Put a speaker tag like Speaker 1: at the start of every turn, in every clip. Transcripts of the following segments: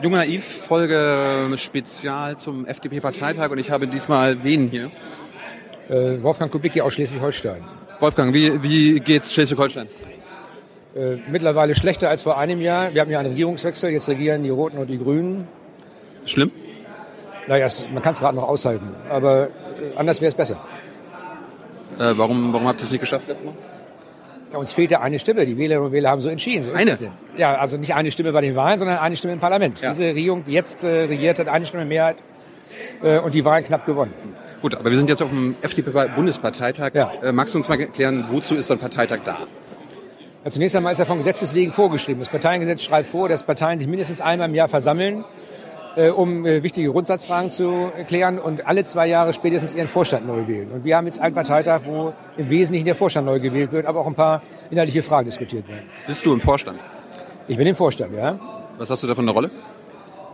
Speaker 1: Junge Naiv Folge Spezial zum FDP-Parteitag und ich habe diesmal wen hier?
Speaker 2: Äh, Wolfgang Kubicki aus Schleswig-Holstein.
Speaker 1: Wolfgang, wie, wie geht's Schleswig-Holstein?
Speaker 2: Äh, mittlerweile schlechter als vor einem Jahr. Wir haben ja einen Regierungswechsel, jetzt regieren die Roten und die Grünen.
Speaker 1: Schlimm?
Speaker 2: Naja, es, man kann es gerade noch aushalten, aber äh, anders wäre es besser.
Speaker 1: Äh, warum, warum habt ihr es nicht geschafft letztes Mal?
Speaker 2: Ja, uns fehlte eine Stimme. Die Wählerinnen und Wähler haben so entschieden. So ist
Speaker 1: Eine?
Speaker 2: das denn. Ja, also nicht eine Stimme bei den Wahlen, sondern eine Stimme im Parlament.
Speaker 1: Ja.
Speaker 2: Diese Regierung, die jetzt äh, regiert, hat eine Stimme Mehrheit äh, und die Wahlen knapp gewonnen.
Speaker 1: Gut, aber wir sind jetzt auf dem FDP-Bundesparteitag.
Speaker 2: Ja.
Speaker 1: Äh, magst du uns mal erklären, wozu ist so ein Parteitag da?
Speaker 2: Ja, zunächst einmal ist er vom Gesetzes wegen vorgeschrieben. Das Parteiengesetz schreibt vor, dass Parteien sich mindestens einmal im Jahr versammeln, äh, um äh, wichtige Grundsatzfragen zu klären und alle zwei Jahre spätestens ihren Vorstand neu wählen. Und wir haben jetzt einen Parteitag, wo im Wesentlichen der Vorstand neu gewählt wird, aber auch ein paar inhaltliche Fragen diskutiert werden.
Speaker 1: Bist du im Vorstand?
Speaker 2: Ich bin im Vorstand, ja.
Speaker 1: Was hast du da für eine Rolle?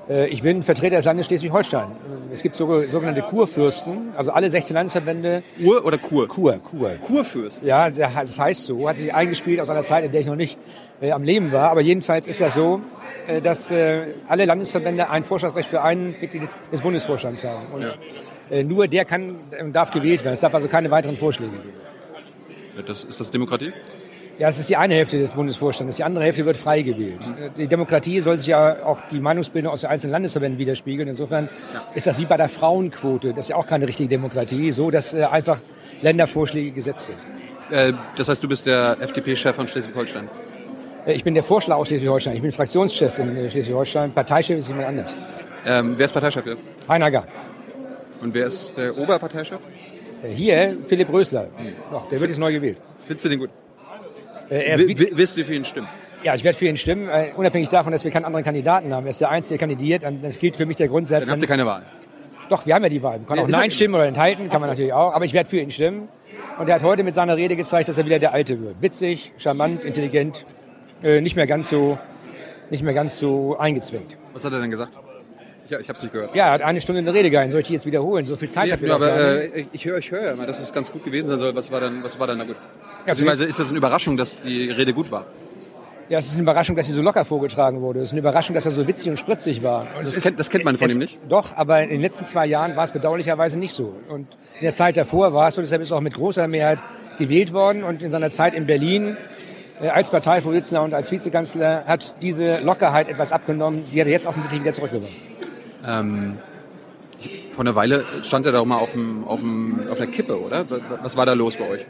Speaker 2: Äh, Ich bin Vertreter des Landes Schleswig-Holstein. Es gibt soge- sogenannte Kurfürsten, also alle 16 Landesverbände.
Speaker 1: Ur oder Kur?
Speaker 2: Kur, Kur.
Speaker 1: Kurfürst.
Speaker 2: Ja, der- das heißt so, hat sich eingespielt aus einer Zeit, in der ich noch nicht äh, am Leben war. Aber jedenfalls ist das so, äh, dass äh, alle Landesverbände ein Vorstandsrecht für einen Mitglied des Bundesvorstands haben. Und äh, nur der kann und darf gewählt werden. Es darf also keine weiteren Vorschläge geben.
Speaker 1: Äh, Das, ist das Demokratie?
Speaker 2: Ja, es ist die eine Hälfte des Bundesvorstandes, die andere Hälfte wird frei gewählt. Die Demokratie soll sich ja auch die Meinungsbildung aus den einzelnen Landesverbänden widerspiegeln. Insofern ist das wie bei der Frauenquote, das ist ja auch keine richtige Demokratie, so dass äh, einfach Ländervorschläge gesetzt sind.
Speaker 1: Äh, das heißt, du bist der FDP-Chef von Schleswig-Holstein.
Speaker 2: Äh, Ich bin der Vorschlag aus Schleswig-Holstein, ich bin Fraktionschef in äh, Schleswig-Holstein, Parteichef ist jemand anders.
Speaker 1: Ähm, wer ist Parteichef hier?
Speaker 2: Heiner Gag.
Speaker 1: Und wer ist der Oberparteichef?
Speaker 2: Äh, Hier Philipp Rösler, Doch, der wird jetzt neu gewählt.
Speaker 1: Findest du den gut?
Speaker 2: Äh, Er
Speaker 1: Wi-
Speaker 2: ist wie-
Speaker 1: wi- Wirst du für ihn stimmen?
Speaker 2: Ja, ich werde für ihn stimmen, äh, unabhängig davon, dass wir keinen anderen Kandidaten haben. Er ist der Einzige, der kandidiert, und das gilt für mich der Grundsatz.
Speaker 1: Dann habt ihr keine Wahl.
Speaker 2: Doch, wir haben ja die Wahl. Man kann
Speaker 1: Nee,
Speaker 2: auch
Speaker 1: ist ja
Speaker 2: Nein
Speaker 1: eben.
Speaker 2: stimmen oder enthalten, kann man natürlich auch. Aber ich werde für ihn stimmen. Und er hat heute mit seiner Rede gezeigt, dass er wieder der Alte wird. Witzig, charmant, intelligent, äh, nicht mehr ganz so, nicht mehr ganz so eingezwängt.
Speaker 1: Was hat er denn gesagt? Ja, ich hab's nicht gehört.
Speaker 2: Ja, er hat eine Stunde eine Rede gehalten. Soll ich die jetzt wiederholen? So viel Zeit
Speaker 1: Ja,
Speaker 2: habt ihr
Speaker 1: ja,
Speaker 2: doch
Speaker 1: aber
Speaker 2: gar nicht.
Speaker 1: äh, ich höre ich höre ja immer, dass es ganz gut gewesen sein soll. Was war dann, was war dann da gut? Beziehungsweise ist das eine Überraschung, dass die Rede gut war?
Speaker 2: Ja, es ist eine Überraschung, dass sie so locker vorgetragen wurde. Es ist eine Überraschung, dass er so witzig und spritzig war. Und
Speaker 1: Das
Speaker 2: es ist,
Speaker 1: kennt- das kennt man von
Speaker 2: es,
Speaker 1: ihm nicht?
Speaker 2: Doch, aber in den letzten zwei Jahren war es bedauerlicherweise nicht so. Und in der Zeit davor war es so, deshalb ist er auch mit großer Mehrheit gewählt worden. Und in seiner Zeit in Berlin äh, als Parteivorsitzender und als Vizekanzler hat diese Lockerheit etwas abgenommen. Die hat er jetzt offensichtlich wieder zurückgewonnen.
Speaker 1: Ähm, ich, vor einer Weile stand er doch mal auf, dem, auf, dem, auf der Kippe, oder? W- Was war da los bei euch?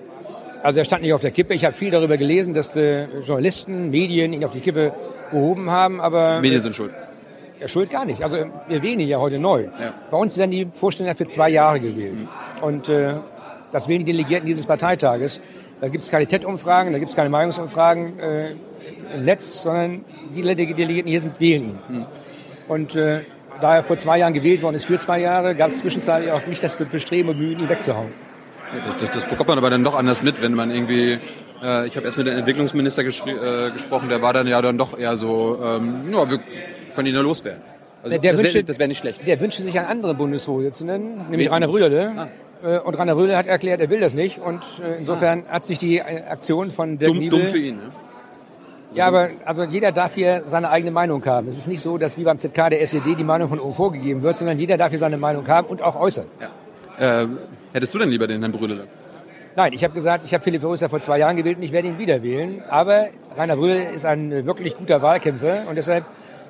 Speaker 2: Also er stand nicht auf der Kippe. Ich habe viel darüber gelesen, dass äh, Journalisten, Medien ihn auf die Kippe gehoben haben. Aber
Speaker 1: Medien sind schuld.
Speaker 2: Ja, schuld gar nicht. Also wir wählen ihn ja heute neu.
Speaker 1: Ja.
Speaker 2: Bei uns werden die Vorstände für zwei Jahre gewählt. Und äh, das wählen die Delegierten dieses Parteitages. Da gibt es keine TED-Umfragen, da gibt es keine Meinungsumfragen äh, im Netz, sondern die Le- die Delegierten hier sind wählen ihn. Und äh, da er vor zwei Jahren gewählt worden ist, für zwei Jahre, gab es zwischenzeitlich auch nicht das Be- Bestreben und Mühen, ihn wegzuhauen.
Speaker 1: Das, das, das bekommt man aber dann doch anders mit, wenn man irgendwie. Äh, ich habe erst mit dem Entwicklungsminister geschri- äh, gesprochen, der war dann ja dann doch eher so, ähm, ja, wir können ihn ja loswerden. Also,
Speaker 2: Der- der
Speaker 1: das wäre
Speaker 2: wünschte-
Speaker 1: das wär nicht schlecht.
Speaker 2: Der wünschte sich einen anderen Bundesvorsitzenden, nämlich
Speaker 1: Wen?
Speaker 2: Rainer Brüderle.
Speaker 1: Ah.
Speaker 2: Äh, Und Rainer Brüderle hat erklärt, er will das nicht. Und äh, insofern
Speaker 1: Ah.
Speaker 2: hat sich die äh, Aktion von Dirk
Speaker 1: Dumm,
Speaker 2: Niebel...
Speaker 1: dumm für ihn. Ne?
Speaker 2: Ja, aber also jeder darf hier seine eigene Meinung haben. Es ist nicht so, dass wie beim ZK der SED die Meinung von oben vorgegeben wird, sondern jeder darf hier seine Meinung haben und auch äußern.
Speaker 1: Ja. Äh, hättest du denn lieber den Herrn Brüdele?
Speaker 2: Nein, ich habe gesagt, ich habe Philipp Röster vor zwei Jahren gewählt und ich werde ihn wieder wählen. Aber Rainer Brühl ist ein äh, wirklich guter Wahlkämpfer und deshalb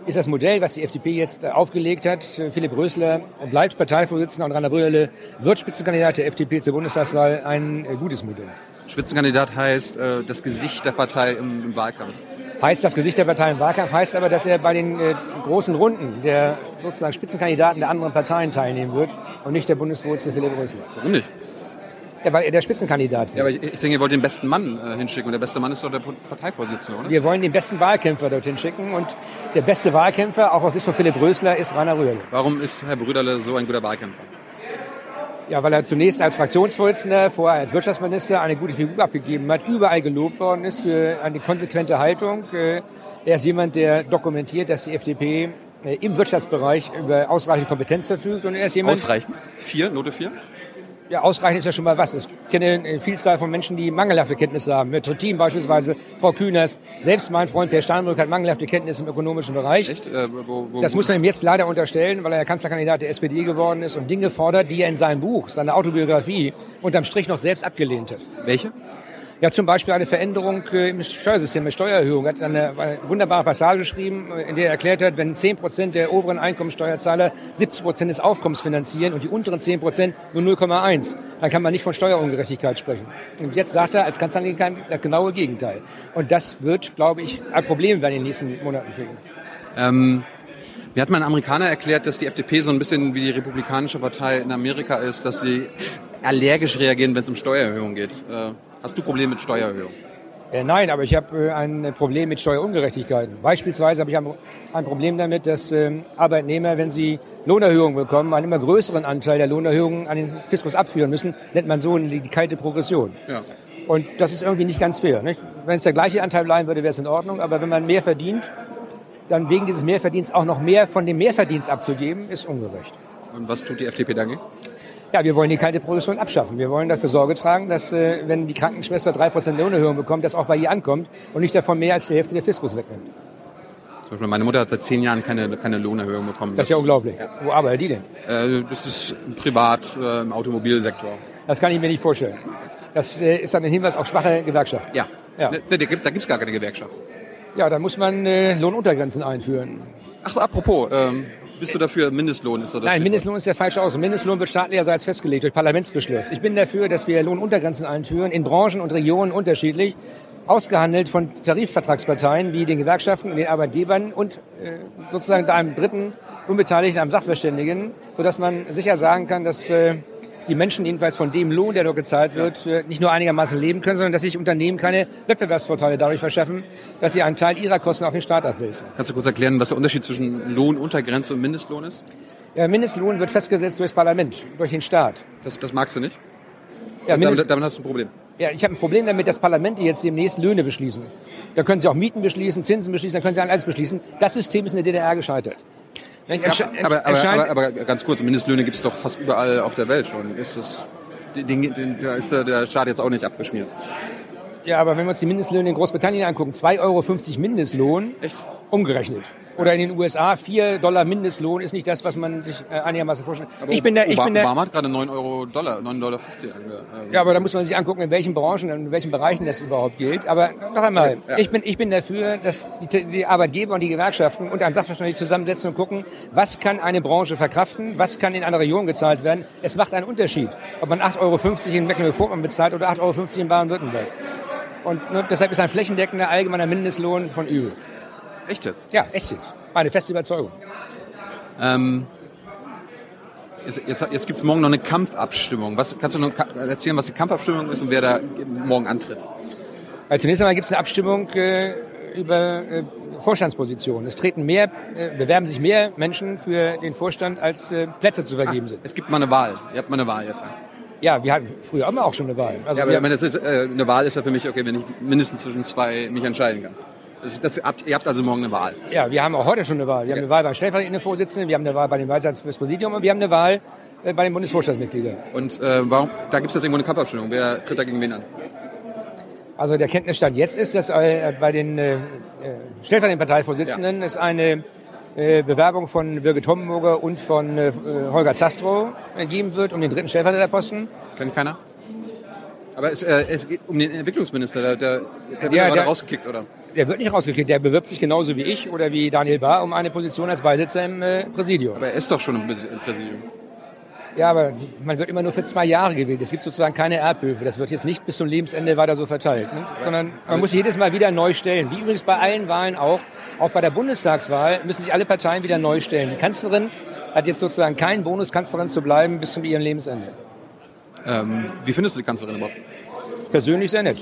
Speaker 2: ist das Modell, was die FDP jetzt äh, aufgelegt hat, äh, Philipp Rösler bleibt Parteivorsitzender und Rainer Brühl wird Spitzenkandidat der FDP zur Bundestagswahl, ein äh, gutes Modell.
Speaker 1: Spitzenkandidat heißt äh, das Gesicht der Partei im, im Wahlkampf.
Speaker 2: Heißt das Gesicht der Partei im Wahlkampf, heißt aber, dass er bei den äh, großen Runden der sozusagen Spitzenkandidaten der anderen Parteien teilnehmen wird und nicht der Bundesvorsitzende Philipp Rösler.
Speaker 1: Warum nicht?
Speaker 2: Ja, weil er der Spitzenkandidat
Speaker 1: Ja,
Speaker 2: wird.
Speaker 1: aber ich, ich denke, ihr wollt den besten Mann äh, hinschicken und der beste Mann ist doch der Po- Parteivorsitzende, oder?
Speaker 2: Wir wollen den besten Wahlkämpfer dorthin schicken und der beste Wahlkämpfer, auch aus Sicht von Philipp Rösler, ist Rainer Röhrle.
Speaker 1: Warum ist Herr Brüderle so ein guter Wahlkämpfer?
Speaker 2: Ja, weil er zunächst als Fraktionsvorsitzender, vorher als Wirtschaftsminister eine gute Figur abgegeben hat, überall gelobt worden ist für eine konsequente Haltung. Äh, Er ist jemand, der dokumentiert, dass die FDP äh, im Wirtschaftsbereich über ausreichend Kompetenz verfügt und er ist jemand,
Speaker 1: Ausreichend? Vier? Note vier?
Speaker 2: ja, ausreichend ist ja schon mal was. Ich kenne eine Vielzahl von Menschen, die mangelhafte Kenntnisse haben. Mit Trittin beispielsweise, Frau Kühners, selbst mein Freund Per Steinbrück hat mangelhafte Kenntnisse im ökonomischen Bereich.
Speaker 1: Echt? Äh, wo, wo,
Speaker 2: Das muss man ihm jetzt leider unterstellen, weil er ja Kanzlerkandidat der SPD geworden ist und Dinge fordert, die er in seinem Buch, seiner Autobiografie, unterm Strich noch selbst abgelehnte.
Speaker 1: welche?
Speaker 2: Ja, zum Beispiel eine Veränderung äh, im Steuersystem, eine Steuererhöhung. Er hat eine, eine wunderbare Passage geschrieben, äh, in der er erklärt hat, wenn 10 Prozent der oberen Einkommensteuerzahler 70 Prozent des Aufkommens finanzieren und die unteren 10 Prozent nur 0,1, dann kann man nicht von Steuerungerechtigkeit sprechen. Und jetzt sagt er als Kanzlerkandidat das genaue Gegenteil. Und das wird, glaube ich, ein Problem werden in den nächsten Monaten für ihn.
Speaker 1: Ähm, mir hat mal ein Amerikaner erklärt, dass die FDP so ein bisschen wie die republikanische Partei in Amerika ist, dass sie allergisch reagieren, wenn es um Steuererhöhungen geht. Äh, hast du Probleme mit Steuererhöhungen?
Speaker 2: Äh, nein, aber ich habe äh, ein Problem mit Steuerungerechtigkeiten. Beispielsweise habe ich ein, ein Problem damit, dass ähm, Arbeitnehmer, wenn sie Lohnerhöhungen bekommen, einen immer größeren Anteil der Lohnerhöhungen an den Fiskus abführen müssen. Nennt man so die, die kalte Progression.
Speaker 1: Ja.
Speaker 2: Und das ist irgendwie nicht ganz fair. Nicht? Wenn es der gleiche Anteil bleiben würde, wäre es in Ordnung. Aber wenn man mehr verdient, dann wegen dieses Mehrverdienst auch noch mehr von dem Mehrverdienst abzugeben, ist ungerecht.
Speaker 1: Und was tut die FDP dagegen?
Speaker 2: Ja, wir wollen die kalte Progression abschaffen. Wir wollen dafür Sorge tragen, dass äh, wenn die Krankenschwester 3% Lohnerhöhung bekommt, das auch bei ihr ankommt und nicht davon mehr als die Hälfte der Fiskus wegnimmt.
Speaker 1: Zum Beispiel meine Mutter hat seit zehn Jahren keine, keine Lohnerhöhung bekommen.
Speaker 2: Das ist ja unglaublich. Wo arbeitet die denn?
Speaker 1: äh, das ist privat äh, im Automobilsektor.
Speaker 2: Das kann ich mir nicht vorstellen. Das äh, ist dann ein Hinweis auf schwache Gewerkschaften.
Speaker 1: Ja.
Speaker 2: Ja.
Speaker 1: Ne, Da, gibt, da gibt's gar keine Gewerkschaft.
Speaker 2: Ja, dann muss man äh, Lohnuntergrenzen einführen.
Speaker 1: Ach, apropos, ähm, bist du dafür Mindestlohn? Ist so das
Speaker 2: Nein,
Speaker 1: Stichwort.
Speaker 2: Mindestlohn ist der falsche Ausdruck. Mindestlohn wird staatlicherseits festgelegt durch Parlamentsbeschluss. Ich bin dafür, dass wir Lohnuntergrenzen einführen, in Branchen und Regionen unterschiedlich, ausgehandelt von Tarifvertragsparteien wie den Gewerkschaften, den Arbeitgebern und äh, sozusagen da einem dritten Unbeteiligten, einem Sachverständigen, sodass man sicher sagen kann, dass äh, die Menschen jedenfalls von dem Lohn, der dort gezahlt wird, äh, nicht nur einigermaßen leben können, sondern dass sich Unternehmen keine Wettbewerbsvorteile dadurch verschaffen, dass sie einen Teil ihrer Kosten auf den Staat abwälzen.
Speaker 1: Kannst du kurz erklären, was der Unterschied zwischen Lohnuntergrenze und Mindestlohn ist?
Speaker 2: Der Mindestlohn wird festgesetzt durchs Parlament, durch den Staat.
Speaker 1: Das, das magst du nicht?
Speaker 2: Ja, Mindest-
Speaker 1: damit, damit hast du ein Problem.
Speaker 2: Ja, ich habe ein Problem damit, dass Parlamente jetzt demnächst Löhne beschließen. Da können sie auch Mieten beschließen, Zinsen beschließen, da können sie alles beschließen. Das System ist in der DDR gescheitert. Nicht? Entsche- ent-
Speaker 1: Aber, aber,
Speaker 2: entscheidend-
Speaker 1: aber, aber ganz kurz, Mindestlöhne gibt's doch fast überall auf der Welt schon. Ist das, den, den, den, da ist der- der Staat jetzt auch nicht abgeschmiert.
Speaker 2: ja, aber wenn wir uns die Mindestlöhne in Großbritannien angucken, 2,50 Euro Mindestlohn
Speaker 1: Echt?
Speaker 2: umgerechnet. Oder in den USA 4 Dollar Mindestlohn ist nicht das, was man sich äh, einigermaßen vorstellt. ich bin der, ich
Speaker 1: Obama,
Speaker 2: bin der,
Speaker 1: Obama hat gerade 9 Euro Dollar, 9,50 Dollar ange, äh,
Speaker 2: Ja, aber da muss man sich angucken, in welchen Branchen, in welchen Bereichen das überhaupt gilt. Aber noch einmal, ich, bin, ich bin dafür, dass die, die Arbeitgeber und die Gewerkschaften und ein Sachverständigen zusammensetzen und gucken, was kann eine Branche verkraften, was kann in einer Region gezahlt werden. Es macht einen Unterschied, ob man 8,50 Euro in Mecklenburg-Vorpommern bezahlt oder 8,50 Euro in Baden-Württemberg. Und ne, deshalb ist ein flächendeckender allgemeiner Mindestlohn von übel.
Speaker 1: ähm, Echt jetzt?
Speaker 2: Ja, echt jetzt. Meine feste Überzeugung.
Speaker 1: Ähm, jetzt, jetzt, jetzt gibt's morgen noch eine Kampfabstimmung. Was, kannst du noch ka- erzählen, was die Kampfabstimmung ist und wer da morgen antritt?
Speaker 2: Also zunächst einmal gibt es eine Abstimmung äh, über äh, Vorstandspositionen. Es treten mehr, äh, bewerben sich mehr Menschen für den Vorstand, als äh, Plätze zu vergeben sind.
Speaker 1: Es gibt mal eine Wahl. Ihr habt mal eine Wahl jetzt. Ja,
Speaker 2: Ja, wir hatten früher immer auch schon eine Wahl. Also
Speaker 1: aber
Speaker 2: wir,
Speaker 1: ich meine, das ist, äh, eine Wahl ist ja für mich, okay, wenn ich mindestens zwischen zwei mich entscheiden kann. Das, ist- das, habt- ihr habt also morgen eine Wahl.
Speaker 2: ja, wir haben auch heute schon eine Wahl. Wir haben eine Wahl beim stellvertretenden Vorsitzenden, wir haben eine Wahl bei dem Wahlsatz fürs Präsidium und wir haben eine Wahl äh, bei den Bundesvorstandsmitgliedern.
Speaker 1: Und äh, warum, da gibt's jetzt irgendwo eine Kampfabstimmung. Wer tritt da gegen wen an?
Speaker 2: Also der Kenntnisstand jetzt ist, dass äh, bei den äh, äh, stellvertretenden Parteivorsitzenden es eine äh, Bewerbung von Birgit Homburger und von äh, Holger Zastrow äh, geben wird um den dritten Stellvertreterposten.
Speaker 1: Kennt keiner? Aber es, äh, es geht um den Entwicklungsminister. Der, der, der wird
Speaker 2: Ja,
Speaker 1: gerade
Speaker 2: der-
Speaker 1: rausgekickt, oder?
Speaker 2: Der wird nicht rausgekickt, der bewirbt sich genauso wie ich oder wie Daniel Bahr um eine Position als Beisitzer im äh, Präsidium.
Speaker 1: Aber er ist doch schon im Präsi- im Präsidium.
Speaker 2: Ja, aber man wird immer nur für zwei Jahre gewählt. Es gibt sozusagen keine Erbhöfe. Das wird jetzt nicht bis zum Lebensende weiter so verteilt, ne? sondern man muss jedes Mal wieder neu stellen. Wie übrigens bei allen Wahlen auch. Auch bei der Bundestagswahl müssen sich alle Parteien wieder neu stellen. Die Kanzlerin hat jetzt sozusagen keinen Bonus, Kanzlerin zu bleiben bis zu ihrem Lebensende.
Speaker 1: Ähm, wie findest du die Kanzlerin überhaupt?
Speaker 2: Persönlich sehr nett.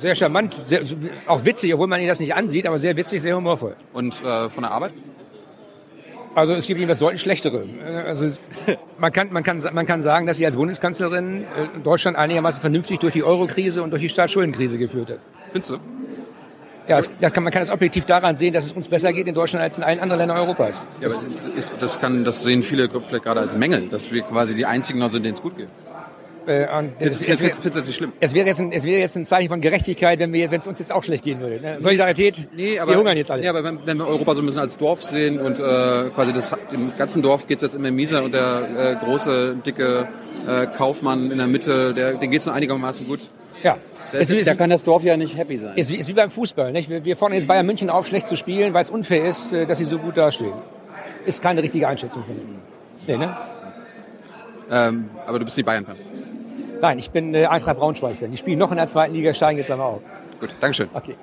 Speaker 2: Sehr charmant, sehr, auch witzig, obwohl man ihr das nicht ansieht, aber sehr witzig, sehr humorvoll.
Speaker 1: Und äh, von der Arbeit?
Speaker 2: Also es gibt ihm das deutlich schlechtere. Äh, Also es- man kann, man, kann, sa- man kann sagen, dass sie als Bundeskanzlerin äh, Deutschland einigermaßen vernünftig durch die Eurokrise und durch die Staatsschuldenkrise geführt hat.
Speaker 1: Findest du?
Speaker 2: Ja, das, das kann, man kann das objektiv daran sehen, dass es uns besser geht in Deutschland als in allen anderen Ländern Europas.
Speaker 1: Ja, aber ist, das, kann, das sehen viele vielleicht gerade als Mängel, dass wir quasi die einzigen noch sind, denen es gut geht.
Speaker 2: Äh, und
Speaker 1: Jetzt, jetzt,
Speaker 2: es- es wär-
Speaker 1: jetzt, jetzt ist nicht schlimm.
Speaker 2: Es wäre jetzt, ein- es wäre jetzt ein Zeichen von Gerechtigkeit, wenn wir, wenn es uns jetzt auch schlecht gehen würde. Ne? Solidarität. wir hungern jetzt alle.
Speaker 1: Nee, aber wenn, wenn wir Europa so ein bisschen als Dorf sehen und äh, quasi das, im ganzen Dorf geht es jetzt immer mieser und der äh, große, dicke äh, Kaufmann in der Mitte, der, dem geht es noch einigermaßen gut.
Speaker 2: ja. Es, es,
Speaker 1: da kann das Dorf ja nicht happy sein.
Speaker 2: es ist wie beim Fußball. Nicht? Wir, wir fordern jetzt Bayern München auf, schlecht zu spielen, weil es unfair ist, äh, dass sie so gut dastehen. Ist keine richtige Einschätzung von ihnen. Nee, ne?
Speaker 1: ähm, aber du bist nicht Bayern-Fan.
Speaker 2: Nein, ich bin äh, Eintracht Braunschweig-Fan. Die spielen noch in der zweiten Liga, steigen jetzt aber auf.
Speaker 1: Gut, Dankeschön.
Speaker 2: Okay.